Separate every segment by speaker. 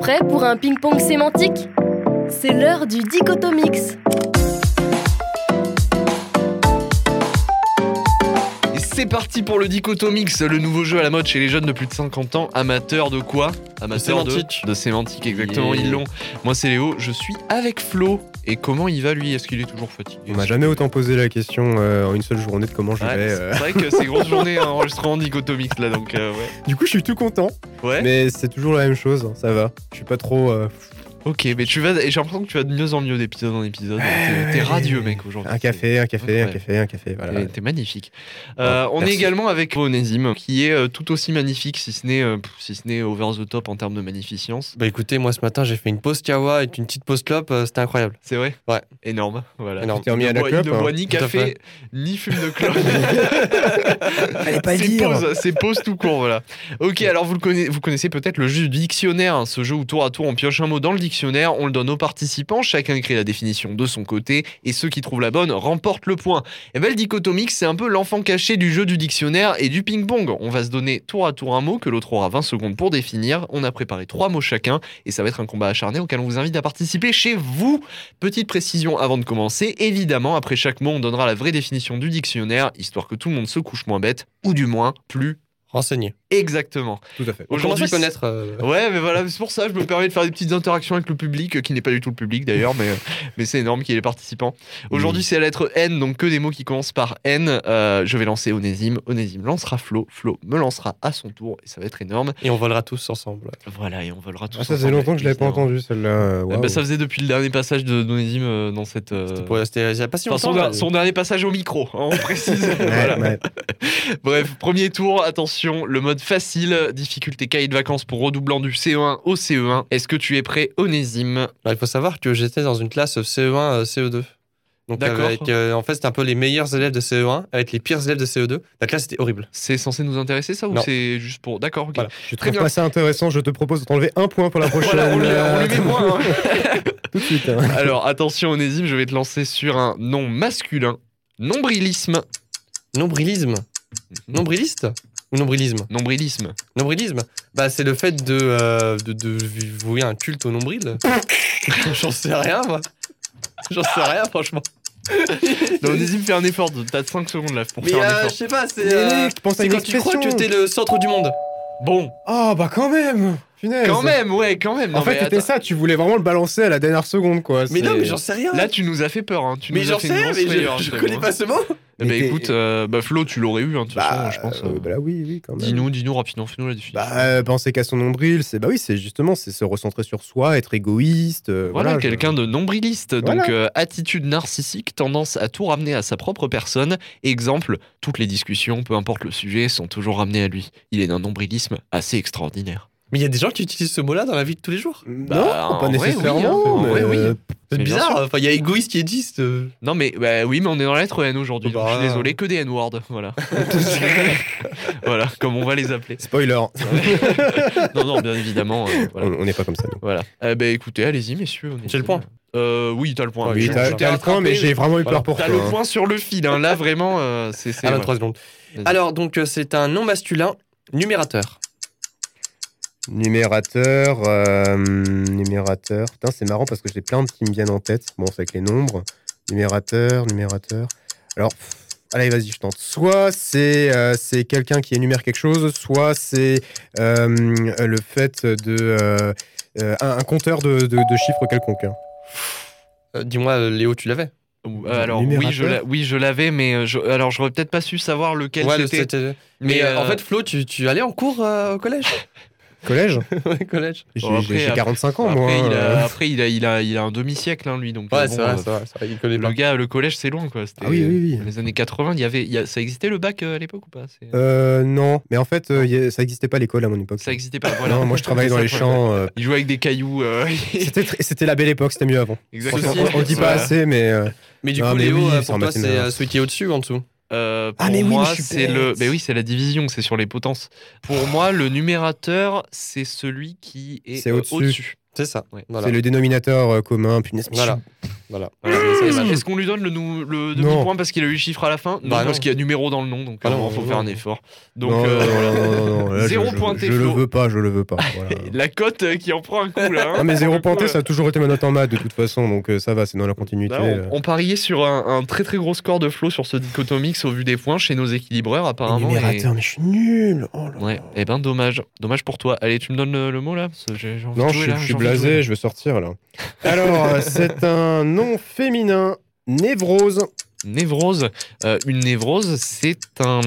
Speaker 1: Prêt pour un ping-pong sémantique C'est l'heure du dichotomix.
Speaker 2: C'est parti pour le Dichotomix, le nouveau jeu à la mode chez les jeunes de plus de 50 ans, amateurs de quoi Amateurs de
Speaker 3: sémantique.
Speaker 2: De sémantique, exactement,
Speaker 3: Yeah.
Speaker 2: ils l'ont. Moi c'est Léo, je suis avec Flo. Et comment il va lui Est-ce qu'il est toujours fatigué
Speaker 4: On m'a jamais autant posé la question euh, en une seule journée de comment je
Speaker 2: Ouais,
Speaker 4: vais.
Speaker 2: c'est
Speaker 4: euh.
Speaker 2: vrai que c'est grosse journée en enregistrement Dichotomix là donc euh, ouais.
Speaker 4: Du coup, je suis tout content,
Speaker 2: Ouais.
Speaker 4: mais c'est toujours la même chose, hein, ça va. Je suis pas trop euh,
Speaker 2: Ok, mais tu vas et j'ai l'impression que tu vas de mieux en mieux d'épisode en épisode. T'es-
Speaker 4: ouais,
Speaker 2: T'es
Speaker 4: ouais.
Speaker 2: radieux mec aujourd'hui.
Speaker 4: un café, un café, un
Speaker 2: Incroyable.
Speaker 4: café, un café, voilà.
Speaker 2: T'es- T'es magnifique. Euh, on est
Speaker 4: merci.
Speaker 2: également avec Onésime, qui est euh, tout aussi magnifique, si ce n'est euh, pff, si ce n'est over the top en termes de magnificence.
Speaker 3: Bah écoutez, moi ce matin j'ai fait une pause kawa et une petite pause clope, euh, c'était incroyable.
Speaker 2: C'est vrai
Speaker 3: Ouais.
Speaker 2: Énorme. Voilà.
Speaker 3: Énorme.
Speaker 4: Tu t'es remis
Speaker 2: Il
Speaker 4: à
Speaker 2: ne
Speaker 4: la
Speaker 2: boit-
Speaker 4: clope
Speaker 2: Il ne boit
Speaker 4: hein.
Speaker 2: ni
Speaker 3: Tout à
Speaker 2: café,
Speaker 3: fait.
Speaker 2: ni fume de clope.
Speaker 4: Fallait pas
Speaker 2: c'est
Speaker 4: le dire.
Speaker 2: pause, c'est pause tout court, voilà. Ok, alors vous, le connaissez, vous connaissez peut-être le jeu du dictionnaire, hein, ce jeu où tour à tour on pioche un mot dans le dictionnaire, on le donne aux participants, chacun écrit la définition de son côté, et ceux qui trouvent la bonne remportent le point. Et ben, le dichotomix, c'est un peu l'enfant caché du jeu du dictionnaire et du ping-pong. On va se donner tour à tour un mot que l'autre aura 20 secondes pour définir. On a préparé trois mots chacun, et ça va être un combat acharné auquel on vous invite à participer chez vous. Petite précision avant de commencer, évidemment, après chaque mot, on donnera la vraie définition du dictionnaire, histoire que tout le monde se couche moins bête, ou du moins plus
Speaker 3: Renseigné.
Speaker 2: exactement.
Speaker 4: Tout à fait.
Speaker 3: On commence à
Speaker 2: Aujourd'hui,
Speaker 3: connaître. euh,
Speaker 2: Ouais, mais voilà, c'est pour ça que je me permets de faire des petites interactions avec le public, euh, qui n'est pas du tout le public d'ailleurs, mais, euh, mais c'est énorme qu'il y ait les participants. Aujourd'hui, c'est la lettre N, donc que des mots qui commencent par N. Euh, je vais lancer Onésime, Onésime lancera Flo, Flo me lancera à son tour, et ça va être énorme.
Speaker 3: Et on volera tous ensemble.
Speaker 2: Voilà, et on volera tout
Speaker 4: Ah, ça faisait longtemps que je l'avais pas entendu celle-là. euh, waouh.
Speaker 2: Eh ben, ça faisait depuis le dernier passage de- d'Onésime euh, dans cette. euh,
Speaker 3: C'était pour- C'était il y a pas si
Speaker 2: Enfin,
Speaker 3: longtemps.
Speaker 2: son,
Speaker 3: mais-
Speaker 2: son dernier passage au micro, hein, on précise.
Speaker 4: Ouais,
Speaker 2: Voilà.
Speaker 4: ouais.
Speaker 2: Bref, premier tour, attention, le mode facile, difficulté cahier de vacances pour redoublant du CE1 au CE1. Est-ce que tu es prêt, Onésime
Speaker 3: Alors, bah, il faut savoir que j'étais dans une classe CE1, euh, CE2. Donc
Speaker 2: D'accord.
Speaker 3: avec, euh, en fait, c'était un peu les meilleurs élèves de CE1 avec les pires élèves de CE2. La classe était horrible.
Speaker 2: C'est censé nous intéresser ça ou
Speaker 3: Non.
Speaker 2: c'est juste pour. D'accord, ok.
Speaker 3: Voilà.
Speaker 4: Je
Speaker 2: Très
Speaker 4: trouve
Speaker 2: bien.
Speaker 4: pas ça intéressant, je te propose d'enlever un point pour la prochaine.
Speaker 2: Voilà, on, lui, on
Speaker 4: euh,
Speaker 2: lui met moins. hein.
Speaker 4: Tout de suite. hein.
Speaker 2: Alors, attention, Onésime, je vais te lancer sur un nom masculin. Nombrilisme.
Speaker 3: Nombrilisme.
Speaker 2: Mhm.
Speaker 3: Nombriliste Ou nombrilisme
Speaker 2: Nombrilisme.
Speaker 3: Nombrilisme Bah c'est le fait de, euh, de, de vouer un culte au nombril. J'en sais rien moi. J'en sais rien franchement.
Speaker 2: Donc, Onésime, fais un effort. de- T'as 5 secondes là pour
Speaker 3: Mais
Speaker 2: faire un
Speaker 3: euh,
Speaker 2: effort.
Speaker 3: je sais pas, c'est...
Speaker 4: Mais
Speaker 3: euh,
Speaker 4: mec, pense à
Speaker 3: c'est
Speaker 4: une
Speaker 3: quand tu crois que
Speaker 4: expression.
Speaker 3: t'es le centre du monde.
Speaker 2: Bon,
Speaker 4: Oh, bah quand même Punaise.
Speaker 2: quand même, ouais, quand même.
Speaker 4: En
Speaker 2: Non, mais
Speaker 4: fait, c'était
Speaker 2: attends.
Speaker 4: ça, tu voulais vraiment le balancer à la dernière seconde, quoi.
Speaker 3: Mais
Speaker 4: c'est-
Speaker 3: non, mais j'en sais rien.
Speaker 2: Là, tu nous as fait peur. hein. Tu
Speaker 3: mais
Speaker 2: nous as
Speaker 3: j'en
Speaker 2: fait
Speaker 3: sais,
Speaker 2: une
Speaker 3: mais
Speaker 2: grosse frayeur,
Speaker 3: je, je
Speaker 2: je t'avoue,
Speaker 3: connais
Speaker 2: hein.
Speaker 3: pas ce mot.
Speaker 2: Eh ben,
Speaker 4: Mais t'es-
Speaker 2: écoute, euh, bah, Flo, tu l'aurais eu, hein, de toute façon,
Speaker 4: Bah,
Speaker 2: je pense.
Speaker 4: euh,
Speaker 2: euh.
Speaker 4: bah là, oui, oui, quand même.
Speaker 2: Dis-nous, dis-nous rapidement, fais-nous la définition.
Speaker 4: Bah, euh, penser qu'à son nombril, c'est bah oui, c'est justement c'est se recentrer sur soi, être égoïste. euh,
Speaker 2: voilà,
Speaker 4: voilà, je-
Speaker 2: quelqu'un de nombriliste, donc
Speaker 4: Voilà.
Speaker 2: euh, attitude narcissique, tendance à tout ramener à sa propre personne. Exemple, toutes les discussions, peu importe le sujet, sont toujours ramenées à lui. Il est d'un nombrilisme assez extraordinaire.
Speaker 3: Mais il y a des gens qui utilisent ce mot-là dans la vie de tous les jours.
Speaker 4: Non,
Speaker 2: Bah, en
Speaker 4: pas
Speaker 2: vrai, oui,
Speaker 4: nécessairement.
Speaker 2: hein, en vrai,
Speaker 4: mais,
Speaker 2: oui.
Speaker 4: euh,
Speaker 3: C'est
Speaker 2: Mais bien
Speaker 3: bizarre, enfin il y a égoïste qui existe. euh.
Speaker 2: Non mais bah, oui, mais on est dans la lettre N aujourd'hui. donc
Speaker 3: Bah,
Speaker 2: je suis désolé, que des N-words, voilà. voilà, comme on va les appeler.
Speaker 4: Spoiler,
Speaker 2: Non, non, bien évidemment. euh, voilà.
Speaker 4: on on n'est pas comme ça. nous.
Speaker 2: voilà. Eh ben, écoutez, allez-y messieurs. on
Speaker 3: J'ai
Speaker 2: essaie.
Speaker 3: le point.
Speaker 2: Euh, oui, t'as le point.
Speaker 3: Ah,
Speaker 4: Oui,
Speaker 3: je-
Speaker 4: t'as
Speaker 3: je
Speaker 2: t'ai
Speaker 4: t'as le point,
Speaker 2: rattrapé,
Speaker 4: mais j'ai vraiment eu peur pour toi.
Speaker 2: T'as le
Speaker 4: hein.
Speaker 2: point sur le fil, hein. là vraiment, euh, c'est. c'est-
Speaker 3: À
Speaker 2: voilà.
Speaker 3: 23 secondes.
Speaker 2: Vas-y.
Speaker 3: Alors donc euh, c'est un nom masculin numérateur.
Speaker 4: Numérateur, euh, numérateur. Putain, c'est marrant parce que j'ai plein de qui me viennent en tête. Bon, c'est avec les nombres. Numérateur, numérateur. Alors, pff, allez, vas-y, je tente. Soit c'est euh, c'est quelqu'un qui énumère quelque chose, soit c'est euh, le fait de. euh, euh, un, un compteur de, de- de chiffres quelconque. hein.
Speaker 3: Euh, Dis-moi euh, Léo, tu l'avais
Speaker 2: Ou- euh, alors oui
Speaker 4: Numérateur.
Speaker 2: je, l'a- oui, je l'avais, mais euh, je- alors j'aurais peut-être pas su savoir lequel
Speaker 3: Ouais, le-
Speaker 2: c'était.
Speaker 3: c'était-
Speaker 2: Mais,
Speaker 3: Mais euh, en
Speaker 2: euh,
Speaker 3: fait Flo, tu, tu allais en cours euh, au collège
Speaker 4: Collège
Speaker 3: Ouais, collège.
Speaker 4: J'ai
Speaker 2: Bon, après,
Speaker 4: j'ai- j'ai
Speaker 2: après-
Speaker 4: 45 ans,
Speaker 2: après,
Speaker 4: moi.
Speaker 2: il
Speaker 4: hein.
Speaker 2: a, après, il a, il a, il a un demi-siècle, hein, lui. Donc,
Speaker 3: Ouais,
Speaker 2: bon,
Speaker 3: c'est vrai,
Speaker 2: euh,
Speaker 3: c'est vrai, c'est vrai, il connaît
Speaker 2: le
Speaker 3: pas.
Speaker 2: gars, le collège, c'est loin, quoi. C'était,
Speaker 4: Ah oui, oui, oui.
Speaker 2: euh, Les années 80, il y avait, il y a- ça existait le bac euh, à l'époque ou pas C'est-
Speaker 4: Euh, non, mais en fait, euh, y a- ça n'existait pas à l'école à mon époque.
Speaker 2: Ça existait pas. Voilà.
Speaker 4: Non, moi je travaillais dans les
Speaker 2: C'est ça, quoi.
Speaker 4: champs. euh,
Speaker 2: Il jouait avec des cailloux. euh,
Speaker 4: C'était tr- C'était la belle époque, c'était mieux avant.
Speaker 2: exactement.
Speaker 4: Franchement, On, on le dit pas
Speaker 2: Voilà.
Speaker 4: assez, mais euh,
Speaker 3: Mais du
Speaker 4: Non,
Speaker 3: coup,
Speaker 4: mais
Speaker 3: Léo,
Speaker 4: oui,
Speaker 3: euh,
Speaker 4: c'est
Speaker 3: pour
Speaker 4: en hein.
Speaker 3: toi, c'est
Speaker 4: mathématiques.
Speaker 3: euh, celui qui est au-dessus ou en dessous
Speaker 2: Euh, pour
Speaker 4: Ah, mais oui,
Speaker 2: moi,
Speaker 4: mais je suis
Speaker 2: c'est le.
Speaker 4: bête.
Speaker 2: Mais oui, c'est la division, c'est sur les potences. Pour moi, le numérateur, c'est celui qui est
Speaker 4: C'est
Speaker 2: euh,
Speaker 4: au-dessus.
Speaker 2: au-dessus.
Speaker 3: C'est ça.
Speaker 2: Ouais.
Speaker 3: Voilà.
Speaker 4: C'est le dénominateur euh, commun. Punaise, mais je
Speaker 3: Voilà.
Speaker 4: suis-
Speaker 3: Voilà.
Speaker 2: Voilà,
Speaker 3: Voilà,
Speaker 2: mais
Speaker 3: c'est
Speaker 2: ça,
Speaker 3: mal.
Speaker 2: Est-ce qu'on lui donne le, nou- le
Speaker 4: Non.
Speaker 2: demi-point parce qu'il a eu le chiffre à la fin Non,
Speaker 3: Bah non.
Speaker 2: parce qu'il y a numéro dans le nom, donc
Speaker 3: Ah
Speaker 2: vraiment,
Speaker 3: non,
Speaker 2: faut
Speaker 3: non,
Speaker 2: faire un
Speaker 3: non.
Speaker 2: effort. Donc
Speaker 4: non,
Speaker 2: euh,
Speaker 4: non,
Speaker 2: voilà.
Speaker 4: non, non, non, non, là, je-
Speaker 2: Zéro
Speaker 4: je,
Speaker 2: pointé,
Speaker 4: Je le
Speaker 2: Flo.
Speaker 4: veux pas, je le veux pas. voilà.
Speaker 2: La cote euh, qui en prend un coup là. hein.
Speaker 4: Non, Ah, mais zéro
Speaker 2: Pour le coup,
Speaker 4: pointé,
Speaker 2: euh,
Speaker 4: ça a toujours été ma note en maths de toute façon, donc euh, ça va, c'est dans la continuité.
Speaker 2: Là,
Speaker 4: euh.
Speaker 2: Bah, on, on pariait sur un, un très très gros score de Flo sur ce dichotomix au vu des points chez nos équilibreurs apparemment. Et...
Speaker 4: Numérateur, mais je suis nul. Oh là
Speaker 2: Ouais,
Speaker 4: là.
Speaker 2: et ben dommage, dommage pour toi. Allez, tu me donnes le, le mot là Parce que j'ai- j'ai envie
Speaker 4: Non,
Speaker 2: de
Speaker 4: je,
Speaker 2: jouer,
Speaker 4: suis-
Speaker 2: là,
Speaker 4: je
Speaker 2: j'ai
Speaker 4: suis
Speaker 2: envie de jouer.
Speaker 4: blasé, je veux sortir là. Alors, euh, c'est un nom féminin, névrose.
Speaker 2: Névrose. Euh, une névrose, c'est un,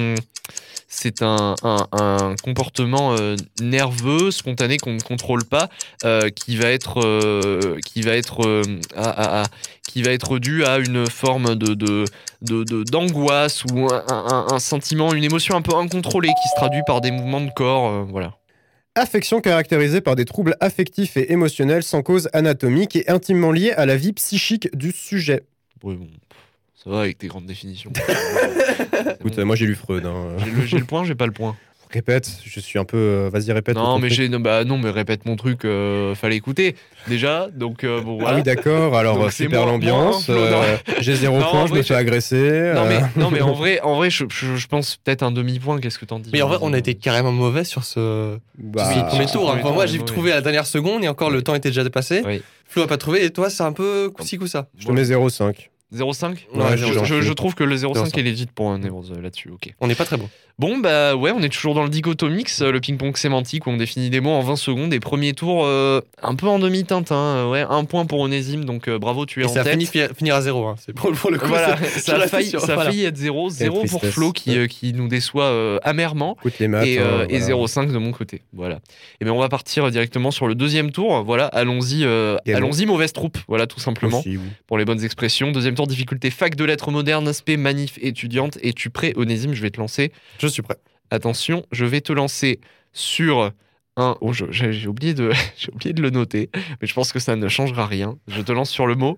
Speaker 2: c'est un, un- un comportement euh, nerveux, spontané qu'on ne contrôle pas, euh, qui va être, euh, qui va être, euh, à- à- à- qui va être dû à une forme de, de, de- de- d'angoisse ou un, un- un sentiment, une émotion un peu incontrôlée qui se traduit par des mouvements de corps, euh, voilà.
Speaker 4: Affection caractérisée par des troubles affectifs et émotionnels sans cause anatomique et intimement liée à la vie psychique du sujet.
Speaker 2: Ouais, bon, ça va avec tes grandes définitions.
Speaker 4: Écoute, euh, moi j'ai lu Freud. hein.
Speaker 2: J'ai le- j'ai le point, j'ai pas le point.
Speaker 4: Répète, je suis un peu. euh, Vas-y, répète.
Speaker 2: Non,
Speaker 4: ton
Speaker 2: mais
Speaker 4: truc.
Speaker 2: j'ai non, bah non, mais répète mon truc. euh, fallait écouter déjà. Donc euh, bon
Speaker 4: Ah
Speaker 2: voilà.
Speaker 4: oui, d'accord, alors
Speaker 2: Donc,
Speaker 4: euh,
Speaker 2: c'est
Speaker 4: super
Speaker 2: moi-
Speaker 4: l'ambiance.
Speaker 2: moi, un Flo, non.
Speaker 4: euh, j'ai zéro
Speaker 2: Non, en
Speaker 4: point, je
Speaker 2: vrai,
Speaker 4: me fais
Speaker 2: j'ai-
Speaker 4: agresser.
Speaker 2: non, mais,
Speaker 4: euh,
Speaker 2: non mais en vrai, en vrai, je, je- je pense peut-être un demi point. Qu'est-ce que t'en dis
Speaker 3: Mais en vrai, on a été carrément mauvais sur ce,
Speaker 4: bah,
Speaker 3: sur ce premier
Speaker 2: ce
Speaker 3: tour. hein.
Speaker 2: premier
Speaker 3: Enfin,
Speaker 2: tour,
Speaker 3: moi,
Speaker 2: ouais,
Speaker 3: j'ai
Speaker 2: ouais.
Speaker 3: trouvé à la dernière seconde et encore le temps était déjà dépassé.
Speaker 2: Oui.
Speaker 3: Flo a pas trouvé et toi, c'est un peu coup-ci, coup-ça.
Speaker 4: je te mets 0,5.
Speaker 2: 0,5
Speaker 3: Ouais,
Speaker 2: je,
Speaker 3: zéro cinq.
Speaker 2: je- je trouve que le 0,5
Speaker 3: 0,5.
Speaker 2: est legit pour un Névrose, euh, là-dessus. Ok.
Speaker 3: On n'est pas très bon.
Speaker 2: Bon bah ouais, on est toujours dans le dichotomix, euh, le ping-pong sémantique où on définit des mots en 20 secondes. Et premier tour, euh, un peu en demi-teinte. Hein, ouais, un point pour Onésime. Donc euh, bravo, tu es
Speaker 3: Et
Speaker 2: en
Speaker 3: ça a
Speaker 2: tête.
Speaker 3: fini fi- finir à zéro. hein. C'est pour, pour le coup.
Speaker 2: Voilà,
Speaker 3: c'est-
Speaker 2: ça
Speaker 3: je
Speaker 2: a
Speaker 3: l'ai
Speaker 2: failli,
Speaker 3: fait sur-
Speaker 2: ça a
Speaker 3: voilà.
Speaker 2: failli être 0, 0 pour
Speaker 4: tristesse.
Speaker 2: Flo qui, euh, qui nous déçoit euh, amèrement.
Speaker 4: Écoute les maths.
Speaker 2: et, euh,
Speaker 4: hein,
Speaker 2: et
Speaker 4: voilà.
Speaker 2: 0,5 de mon côté. Voilà. Et bien on va partir directement sur le deuxième tour. Voilà, allons-y, euh,
Speaker 4: Gagnons.
Speaker 2: allons-y mauvaise troupe. Voilà, tout simplement
Speaker 4: Aussi, oui.
Speaker 2: pour les bonnes expressions. Deuxième tour, difficulté fac de lettres modernes, aspect manif étudiante. Es-tu prêt, Onésime Je vais te lancer.
Speaker 3: Je suis prêt.
Speaker 2: Attention, je vais te lancer sur un. Oh, je- j'ai j'ai oublié de, j'ai oublié de le noter, mais je pense que ça ne changera rien. Je te lance sur le mot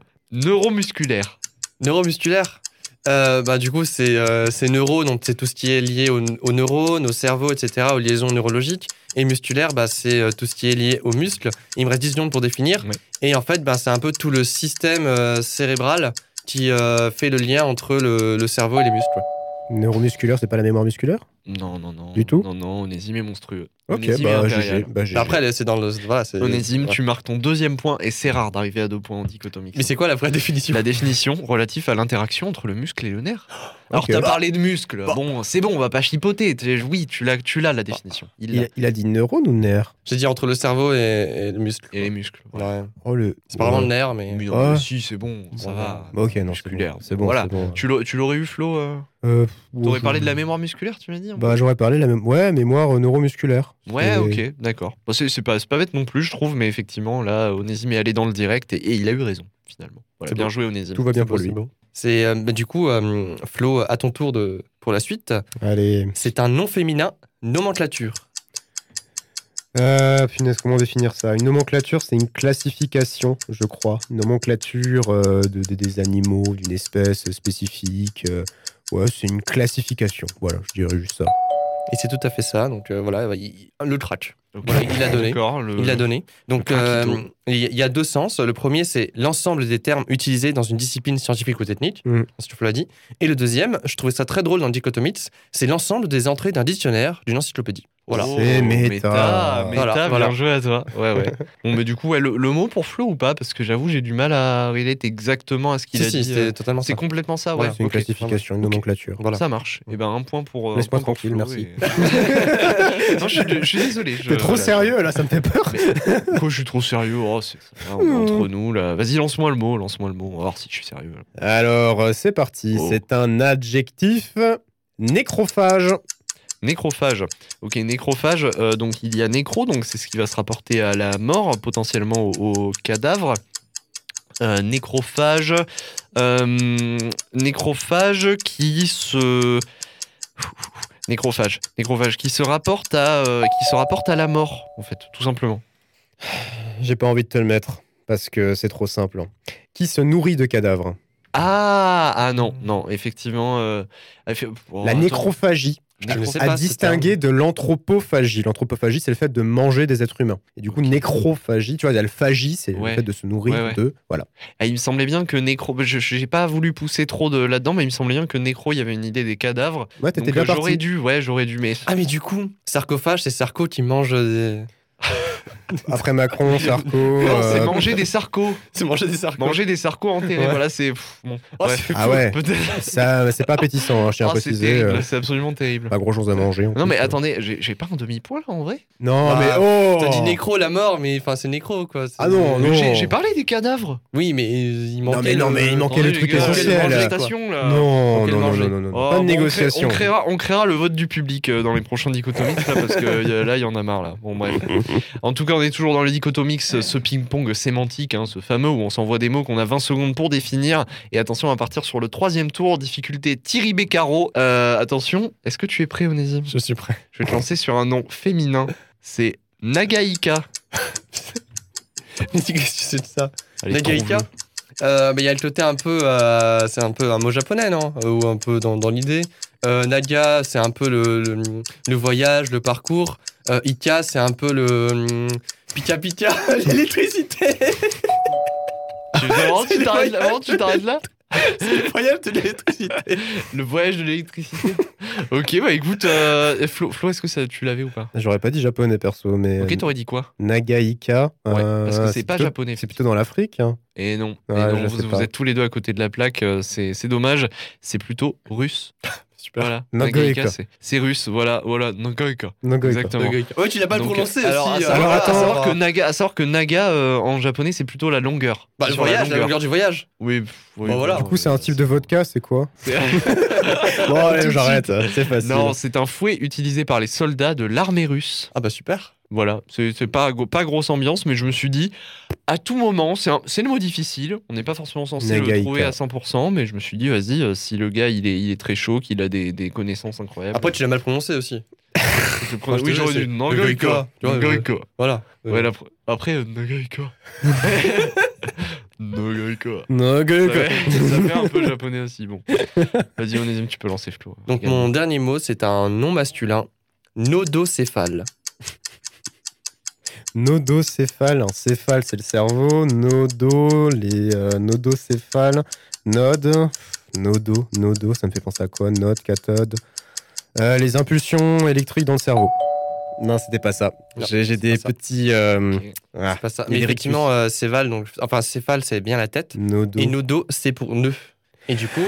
Speaker 2: neuromusculaire.
Speaker 3: Neuromusculaire Euh, bah, Du coup, c'est euh, c'est neuro, donc c'est tout ce qui est lié au, au neurone, au cerveau, etc., aux liaisons neurologiques. Et musculaire, bah, c'est euh, tout ce qui est lié aux muscles. Il me reste 10 secondes pour définir.
Speaker 2: Ouais.
Speaker 3: Et en fait, bah, c'est un peu tout le système euh, cérébral qui euh, fait le lien entre le, le cerveau et les muscles. ouais.
Speaker 4: Neuromusculaire, c'est pas la mémoire musculaire
Speaker 2: Non, non, non.
Speaker 4: Du tout
Speaker 2: Non, non, Onésime est monstrueux.
Speaker 4: Ok,
Speaker 2: Onésime est
Speaker 4: bah
Speaker 2: impérial.
Speaker 4: GG. Bah, GG.
Speaker 3: Après, c'est dans le. Voilà, c'est-
Speaker 2: Onésime,
Speaker 3: ouais.
Speaker 2: tu marques ton deuxième point et c'est rare d'arriver à deux points en dichotomique.
Speaker 3: Mais c'est quoi la vraie définition
Speaker 2: la définition relative à l'interaction entre le muscle et le nerf. Alors
Speaker 4: Ok.
Speaker 2: t'as parlé de muscle, bon c'est bon, on va pas chipoter. T'es- Oui, tu l'as, tu l'as la définition. Il l'a.
Speaker 4: il, il a dit neurone ou nerf
Speaker 3: J'ai dit entre le cerveau et, et le muscle.
Speaker 2: Et les muscles. voilà.
Speaker 3: Ouais.
Speaker 4: Oh le.
Speaker 3: C'est pas vraiment le
Speaker 4: Ouais.
Speaker 3: nerf, mais.
Speaker 2: Mais non, mais
Speaker 4: Ouais.
Speaker 2: si c'est bon, ça
Speaker 3: Ouais.
Speaker 2: va.
Speaker 4: Bah, ok, non, c'est
Speaker 2: Musculaire.
Speaker 4: bon. C'est bon.
Speaker 2: Voilà.
Speaker 4: c'est bon.
Speaker 2: Tu, l'aurais, tu l'aurais eu Flo euh
Speaker 4: Euh,
Speaker 2: T'aurais
Speaker 4: ouais,
Speaker 2: parlé
Speaker 4: je-
Speaker 2: de la mémoire musculaire, tu m'as dit un peu
Speaker 4: Bah j'aurais parlé la même. Ouais, mémoire euh, neuromusculaire.
Speaker 2: Ouais,
Speaker 4: Et-
Speaker 2: ok, d'accord. Bon, c'est, c'est pas, c'est pas bête non plus, je trouve, mais effectivement, là, Onésime est allé dans le direct et, et il a eu raison, finalement. Voilà,
Speaker 3: C'est
Speaker 2: bien
Speaker 3: bon.
Speaker 2: joué, Onésime.
Speaker 4: Tout va bien
Speaker 3: C'est
Speaker 4: pour
Speaker 3: beau,
Speaker 4: lui.
Speaker 3: c'est beau. C'est euh, bah, du coup, euh, Flo, à ton tour de, pour la suite.
Speaker 4: Allez.
Speaker 3: C'est un nom féminin, nomenclature.
Speaker 4: Euh, punaise, comment définir ça Une nomenclature, c'est une classification, je crois. Une nomenclature euh, de, de- des animaux, d'une espèce spécifique. euh, ouais, c'est une classification. Voilà, je dirais juste ça.
Speaker 3: Et c'est tout à fait ça. Donc euh, voilà, il- le track,
Speaker 2: Ok.
Speaker 3: Voilà, il l'a donné.
Speaker 2: D'accord, le-
Speaker 3: il l'a donné. Donc
Speaker 2: Mmh. le
Speaker 3: euh,
Speaker 2: craquito.
Speaker 3: il y- il y a deux sens. Le premier, c'est l'ensemble des termes utilisés dans une discipline scientifique ou technique,
Speaker 2: Mmh.
Speaker 4: Mm.
Speaker 3: si tu l'as dit. Et le deuxième, je trouvais ça très drôle dans Dichotomix, c'est l'ensemble des entrées d'un dictionnaire, d'une encyclopédie. Voilà.
Speaker 2: Oh,
Speaker 4: C'est
Speaker 2: Méta,
Speaker 4: méta.
Speaker 2: méta,
Speaker 3: Voilà,
Speaker 2: bien
Speaker 3: voilà.
Speaker 2: joué à toi. Ouais, ouais. bon, mais du coup, ouais, le, le mot pour Flo ou pas Parce que j'avoue, j'ai du mal à relate exactement à ce qu'il
Speaker 3: Si,
Speaker 2: a
Speaker 3: si,
Speaker 2: dit.
Speaker 3: c'était
Speaker 2: euh,
Speaker 3: totalement
Speaker 2: C'est
Speaker 3: ça.
Speaker 2: complètement ça, ouais.
Speaker 3: Voilà,
Speaker 4: c'est une
Speaker 2: ok.
Speaker 4: classification, une
Speaker 2: Ok.
Speaker 4: nomenclature.
Speaker 3: Voilà.
Speaker 2: Ça marche. Et ben un point pour. euh,
Speaker 4: Laisse-moi
Speaker 2: un point pour
Speaker 4: tranquille,
Speaker 2: Flo
Speaker 4: merci.
Speaker 2: et- non, je suis, je suis désolé. je-
Speaker 4: T'es trop
Speaker 2: voilà.
Speaker 4: sérieux là, ça me fait peur.
Speaker 2: Pourquoi je suis trop sérieux Oh, c'est ça, on est entre nous là. Vas-y, lance-moi le mot, lance-moi le mot. On va voir si je suis sérieux. là.
Speaker 4: Alors, euh, c'est parti.
Speaker 2: Oh.
Speaker 4: C'est un adjectif nécrophage.
Speaker 2: Nécrophage. Ok, nécrophage. euh, donc il y a nécro, donc c'est ce qui va se rapporter à la mort, potentiellement au, au cadavre. Euh, nécrophage. euh, nécrophage qui se. Nécrophage. Nécrophage qui se rapporte à euh, qui se rapporte à la mort en fait tout simplement.
Speaker 4: J'ai pas envie de te le mettre parce que c'est trop simple. Qui se nourrit de cadavres
Speaker 2: Ah ah non non effectivement euh, eff- oh,
Speaker 4: La
Speaker 2: attends.
Speaker 4: nécrophagie.
Speaker 3: Je ne sais
Speaker 4: à
Speaker 3: pas ce
Speaker 4: distinguer de l'anthropophagie. L'anthropophagie, c'est le fait de manger des êtres humains. Et du coup,
Speaker 2: Ok.
Speaker 4: nécrophagie, tu vois, il y a le phagie, c'est
Speaker 2: Ouais.
Speaker 4: le fait de se nourrir
Speaker 2: Ouais, ouais.
Speaker 4: de. Voilà.
Speaker 2: Ah, il me semblait bien que Nécro. Je n'ai pas voulu pousser trop de là-dedans, mais il me semblait bien que Nécro, il y avait une idée des cadavres.
Speaker 4: Ouais, t'étais
Speaker 2: Donc,
Speaker 4: bien
Speaker 2: euh, j'aurais
Speaker 4: parti.
Speaker 2: dû, ouais, j'aurais dû, mais.
Speaker 3: Ah mais du coup, sarcophage, c'est Sarko qui mange des...
Speaker 4: Après Macron, Sarko.
Speaker 2: Non, c'est
Speaker 4: euh,
Speaker 2: manger des sarcos.
Speaker 3: C'est manger des sarcos.
Speaker 2: Manger des sarcos enterrés,
Speaker 3: Ouais.
Speaker 2: voilà, c'est. pff, Bon.
Speaker 3: Oh,
Speaker 2: Ouais.
Speaker 3: c'est
Speaker 4: Ah
Speaker 3: fou.
Speaker 4: ouais,
Speaker 2: Peut-être.
Speaker 4: ça, c'est pas appétissant, hein, je tiens à
Speaker 2: Ah, c'est
Speaker 4: préciser.
Speaker 2: terrible,
Speaker 4: euh,
Speaker 2: c'est absolument terrible.
Speaker 4: Pas grand chose à manger. en
Speaker 2: Non,
Speaker 4: plus,
Speaker 2: mais
Speaker 4: euh.
Speaker 2: attendez, j'ai j'ai pas un demi-poids là en vrai
Speaker 4: Non,
Speaker 3: Bah,
Speaker 4: mais oh
Speaker 3: T'as dit nécro la mort, mais enfin c'est nécro quoi. C'est-
Speaker 4: Ah non,
Speaker 2: Mais
Speaker 4: non.
Speaker 2: Euh, J'ai j'ai parlé des cadavres
Speaker 3: Oui mais euh, il manquait.
Speaker 4: mais non,
Speaker 3: le-
Speaker 4: mais il manquait
Speaker 2: Attendez,
Speaker 4: le truc
Speaker 2: les gars,
Speaker 4: essentiel,
Speaker 2: quelle
Speaker 4: là.
Speaker 2: manifestation, là.
Speaker 4: Non,
Speaker 3: Faut qu'elle
Speaker 4: non, non,
Speaker 3: mange.
Speaker 4: non, non, non,
Speaker 2: Oh,
Speaker 4: pas de
Speaker 2: on crée-
Speaker 4: négociation.
Speaker 2: On créera, on créera le vote du public euh, dans les prochains dichotomiques là, parce que euh, là il y en a marre là. Bon bref. En tout cas on est toujours dans les dichotomiques, ce, ce ping-pong sémantique, hein, ce fameux où on s'envoie des mots qu'on a 20 secondes pour définir. Et attention on va partir sur le troisième tour, difficulté Thierry Beccaro. Euh, attention, est-ce que tu es prêt Onésime
Speaker 3: Je suis prêt.
Speaker 2: Je vais te lancer sur un nom féminin, c'est Nagaïka.
Speaker 3: Mais qu'est-ce que c'est de ça
Speaker 2: Allez,
Speaker 3: Nagaïka
Speaker 2: trouve-le.
Speaker 3: Euh, bah, Il y a le côté un peu. euh, c'est un peu un mot japonais, non Euh, Ou un peu dans, dans l'idée. Euh, Naga, c'est un peu le, le, le voyage, le parcours. Euh, Ika, c'est un peu le. hum, Pika pika, l'électricité
Speaker 2: Tu- Vraiment,
Speaker 3: C'est
Speaker 2: tu
Speaker 3: le
Speaker 2: t'arrêtes là,
Speaker 3: voyage.
Speaker 2: vraiment, tu t'arrêtes là
Speaker 3: C'est le voyage de l'électricité
Speaker 2: Le voyage de l'électricité. ok, bah écoute, euh, Flo, Flo, est-ce que ça, tu l'avais ou pas
Speaker 4: Ah, J'aurais pas dit japonais perso, mais
Speaker 2: Ok, t'aurais dit quoi
Speaker 4: Nagaïka.
Speaker 2: Ouais,
Speaker 4: euh,
Speaker 2: parce que c'est pas
Speaker 4: plutôt-
Speaker 2: japonais.
Speaker 4: C'est plutôt dans l'Afrique. hein.
Speaker 2: Et non, et
Speaker 4: Ouais,
Speaker 2: non,
Speaker 4: je
Speaker 2: vous,
Speaker 4: sais
Speaker 2: vous
Speaker 4: pas.
Speaker 2: êtes tous les deux à côté de la plaque, euh, c'est c'est dommage. C'est plutôt russe.
Speaker 3: Super.
Speaker 2: Voilà.
Speaker 4: Nagaïka.
Speaker 2: Nagaïka, c'est- C'est russe, voilà, voilà, Nagaïka.
Speaker 4: Nagaïka.
Speaker 2: Exactement.
Speaker 3: Ouais, tu l'as pas
Speaker 2: Donc, euh,
Speaker 3: prononcé
Speaker 2: alors,
Speaker 3: aussi. euh,
Speaker 2: à savoir,
Speaker 4: Alors,
Speaker 2: à
Speaker 4: attends.
Speaker 2: savoir que Naga, à savoir que Naga euh, en japonais, c'est plutôt la longueur.
Speaker 3: Bah, le
Speaker 2: Sur
Speaker 3: voyage, la longueur du voyage.
Speaker 2: Oui, pff, oui,
Speaker 3: Bah, voilà.
Speaker 4: Du coup, c'est un type de vodka, c'est quoi
Speaker 2: C'est-
Speaker 4: Bon, allez, j'arrête, c'est facile.
Speaker 2: non, c'est un fouet utilisé par les soldats de l'armée russe.
Speaker 3: Ah bah super.
Speaker 2: Voilà, c'est c'est pas, go- pas grosse ambiance, mais je me suis dit, à tout moment, c'est un- c'est le mot difficile, on n'est pas forcément censé le
Speaker 4: Nagaïka.
Speaker 3: hein.
Speaker 2: trouver à 100%, mais je me suis dit, vas-y, euh, si le gars il est, il est très chaud, qu'il a des, des connaissances incroyables.
Speaker 3: Après, tu l'as mal prononcé aussi.
Speaker 2: je le
Speaker 3: moi,
Speaker 2: prends-
Speaker 3: je
Speaker 2: oui,
Speaker 3: te
Speaker 2: j'aurais
Speaker 3: laisse,
Speaker 2: dû.
Speaker 3: le
Speaker 2: Nagaïka.
Speaker 3: Nagaïka, tu vois,
Speaker 2: Nagaïka.
Speaker 3: Voilà.
Speaker 2: Ouais, la pr- Après, euh, Nagaïka. Nagaïka.
Speaker 4: Nagaïka.
Speaker 2: Ouais, ça fait un peu japonais aussi, bon. Vas-y, Onésime, tu peux lancer Flo.
Speaker 3: Donc,
Speaker 2: Regarde.
Speaker 3: mon dernier mot, c'est un nom masculin. Nodocéphale.
Speaker 4: Nodocéphale, hein. céphale c'est le cerveau, nodo, les euh, nodocéphales, node, nodo, nodo, ça me fait penser à quoi Node, cathode, Euh, les impulsions électriques dans le cerveau. Non, c'était pas ça.
Speaker 3: Non,
Speaker 4: J'ai j'ai
Speaker 3: c'est
Speaker 4: des
Speaker 3: pas ça.
Speaker 4: petits. euh,
Speaker 2: Ok.
Speaker 4: ah,
Speaker 3: C'est pas ça.
Speaker 4: il
Speaker 3: Mais
Speaker 4: est rictus.
Speaker 3: effectivement, euh, céphale, donc, enfin, céphale, c'est bien la tête.
Speaker 4: nodo.
Speaker 3: Et nodo, c'est pour nœud. Et du coup,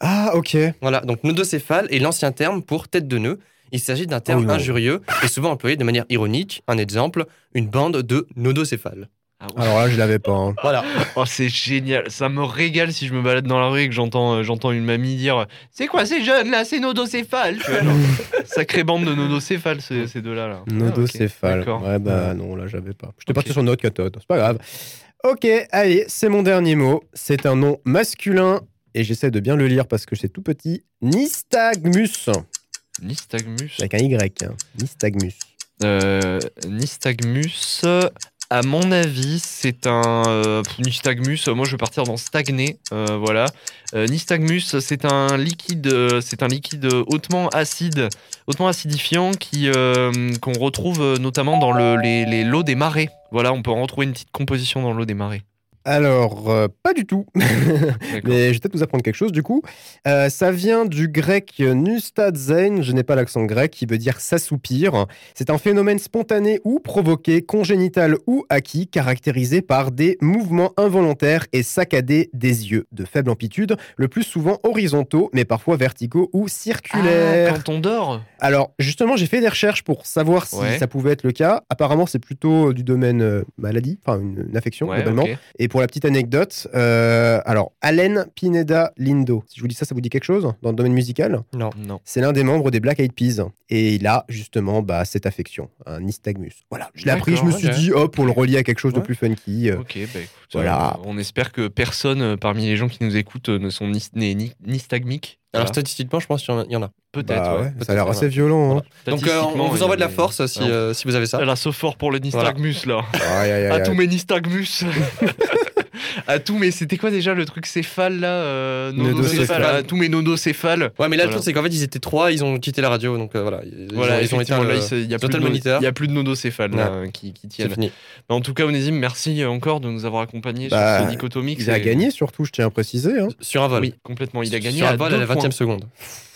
Speaker 4: Ah, ok.
Speaker 3: voilà, donc nodocéphale est l'ancien terme pour tête de nœud. Il s'agit d'un terme
Speaker 4: Oh non.
Speaker 3: injurieux et souvent employé de manière ironique. Un exemple, une bande de nodocéphales.
Speaker 2: Ah ouais.
Speaker 4: Alors là, je l'avais pas. hein.
Speaker 3: Voilà.
Speaker 2: Oh, c'est génial. Ça me régale si je me balade dans la rue et que j'entends euh, j'entends une mamie dire C'est quoi ces jeunes là C'est nodocéphales. Tu vois, genre, Sacrée bande de nodocéphales, ces, ces deux-là. Là.
Speaker 4: Nodocéphale.
Speaker 2: Ah, D'accord.
Speaker 4: ouais, bah non, là, j'avais pas. J'étais
Speaker 2: Ok.
Speaker 4: parti sur node cathode, c'est pas grave. Ok, allez, c'est mon dernier mot. C'est un nom masculin et j'essaie de bien le lire parce que c'est tout petit. Nystagmus.
Speaker 2: Nystagmus.
Speaker 4: Avec un Y. hein. Nystagmus.
Speaker 2: Euh, Nystagmus. euh, À mon avis, c'est un euh, pff, nystagmus. euh, Moi, je vais partir dans stagné. euh, voilà. Euh, nystagmus, c'est un liquide, euh, c'est un liquide hautement acide, hautement acidifiant qui euh, qu'on retrouve euh, notamment dans le, les, les lots des marais. Voilà, on peut en retrouver une petite composition dans l'eau des marais.
Speaker 4: Alors, euh, pas du tout.
Speaker 2: D'accord.
Speaker 4: Mais je vais peut-être vous apprendre quelque chose du coup. Euh, ça vient du grec nustadzein, je n'ai pas l'accent grec, qui veut dire s'assoupir. C'est un phénomène spontané ou provoqué, congénital ou acquis, caractérisé par des mouvements involontaires et saccadés des yeux, de faible amplitude, le plus souvent horizontaux, mais parfois verticaux ou circulaires.
Speaker 2: Ah, quand on dort.
Speaker 4: Alors, justement, j'ai fait des recherches pour savoir si
Speaker 2: Ouais.
Speaker 4: ça pouvait être le cas. Apparemment, c'est plutôt du domaine euh, maladie, enfin une, une affection
Speaker 2: Ouais,
Speaker 4: globalement.
Speaker 2: ok.
Speaker 4: Et pour la petite anecdote, euh, alors, Allen Pineda Lindo, si je vous dis ça, ça vous dit quelque chose dans le domaine musical
Speaker 2: Non.
Speaker 4: C'est l'un des membres des Black Eyed Peas. Et il a justement bah, cette affection, un nystagmus. Voilà, je l'ai appris, je me
Speaker 2: D'accord,
Speaker 4: suis
Speaker 2: ok.
Speaker 4: dit, hop, pour le relier à quelque chose de
Speaker 3: Ouais.
Speaker 4: plus funky. euh,
Speaker 2: Ok, bah écoute,
Speaker 4: Voilà.
Speaker 2: euh, on espère que personne euh, parmi les gens qui nous écoutent euh, ne sont ni, ni, ni- nystagmiques.
Speaker 3: Alors,
Speaker 2: Voilà.
Speaker 3: statistiquement, je pense qu'il y en a- il y en a.
Speaker 2: peut-être.
Speaker 4: bah
Speaker 2: ouais.
Speaker 4: ouais, ça
Speaker 3: peut-être,
Speaker 4: a l'air
Speaker 3: ouais.
Speaker 4: assez violent. hein.
Speaker 3: Donc, euh, on vous envoie de la force si,
Speaker 2: Ah, on-
Speaker 3: euh, si vous avez ça.
Speaker 2: Elle a sauf fort pour le nystagmus là.
Speaker 4: euh, Aïe, aïe, aïe,
Speaker 2: À
Speaker 4: aïe.
Speaker 2: tous mes nystagmus. à tout, mais c'était quoi déjà le truc céphale là euh,
Speaker 4: Nodocéphale.
Speaker 2: nodocéphale, à tous mes nodocéphales.
Speaker 3: Ouais, mais là,
Speaker 2: Voilà.
Speaker 3: le truc, c'est qu'en fait, ils étaient trois, ils ont quitté la radio, donc euh, voilà. Ils,
Speaker 2: Voilà,
Speaker 3: ils ont été
Speaker 2: effectivement,
Speaker 3: euh,
Speaker 2: là, il n'y a, plus de
Speaker 3: total
Speaker 2: no-
Speaker 3: moniteur.
Speaker 2: il y a plus de nodocéphales là, qui, qui
Speaker 3: C'est
Speaker 2: tiennent.
Speaker 3: fini.
Speaker 2: Mais en tout cas, Onésime, merci encore de nous avoir accompagnés
Speaker 4: Bah,
Speaker 2: sur ce dichotomique.
Speaker 4: Il a
Speaker 2: c'est-
Speaker 4: gagné surtout, je tiens à préciser. hein.
Speaker 3: Sur un vol.
Speaker 2: Oui, complètement. Il a gagné
Speaker 3: Sur
Speaker 2: à
Speaker 3: un vol à
Speaker 2: deux
Speaker 3: la
Speaker 2: points.
Speaker 3: 20 e seconde.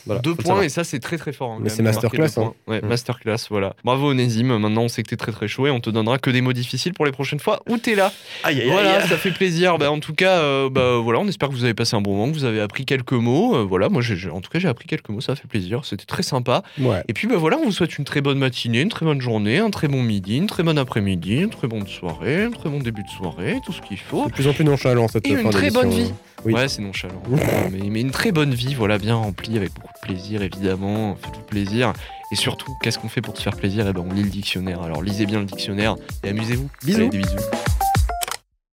Speaker 3: Voilà,
Speaker 2: deux
Speaker 3: faut le
Speaker 2: points,
Speaker 3: savoir.
Speaker 2: et ça, c'est très très fort. hein,
Speaker 4: Mais
Speaker 2: quand
Speaker 4: c'est
Speaker 2: même, de marquer
Speaker 4: masterclass,
Speaker 2: deux points. Ouais,
Speaker 3: Mm.
Speaker 2: masterclass, voilà. Bravo, Onésime. Maintenant, on sait que t'es très très chaud et on te donnera que des mots difficiles pour les prochaines fois où t'es là.
Speaker 3: Aïe, aïe,
Speaker 2: Voilà,
Speaker 3: aïe.
Speaker 2: ça fait plaisir. Bah, en tout cas, euh, bah, voilà, on espère que vous avez passé un bon moment, que vous avez appris quelques mots. Euh, voilà, moi, j'ai- j'ai- en tout cas, j'ai appris quelques mots, ça fait plaisir. C'était très sympa.
Speaker 4: Ouais.
Speaker 2: Et puis, bah, voilà, on vous souhaite une très bonne matinée, une très bonne journée, un très bon midi, une très bonne après-midi, une très bonne soirée, un très bon début de soirée, tout ce qu'il faut.
Speaker 4: De plus en plus nonchalant cette
Speaker 2: Et
Speaker 4: fin
Speaker 2: une très
Speaker 4: d'émission. hein. euh,
Speaker 2: bonne vie.
Speaker 4: Oui.
Speaker 2: Ouais, c'est nonchalant. mais, mais une très bonne vie, voilà, bien remplie, avec beaucoup de plaisir, évidemment. Faites-vous plaisir. Et surtout, qu'est-ce qu'on fait pour se faire plaisir Eh ben, on lit le dictionnaire. Alors, lisez bien le dictionnaire et amusez-vous.
Speaker 4: Bisous.
Speaker 2: Allez, des bisous.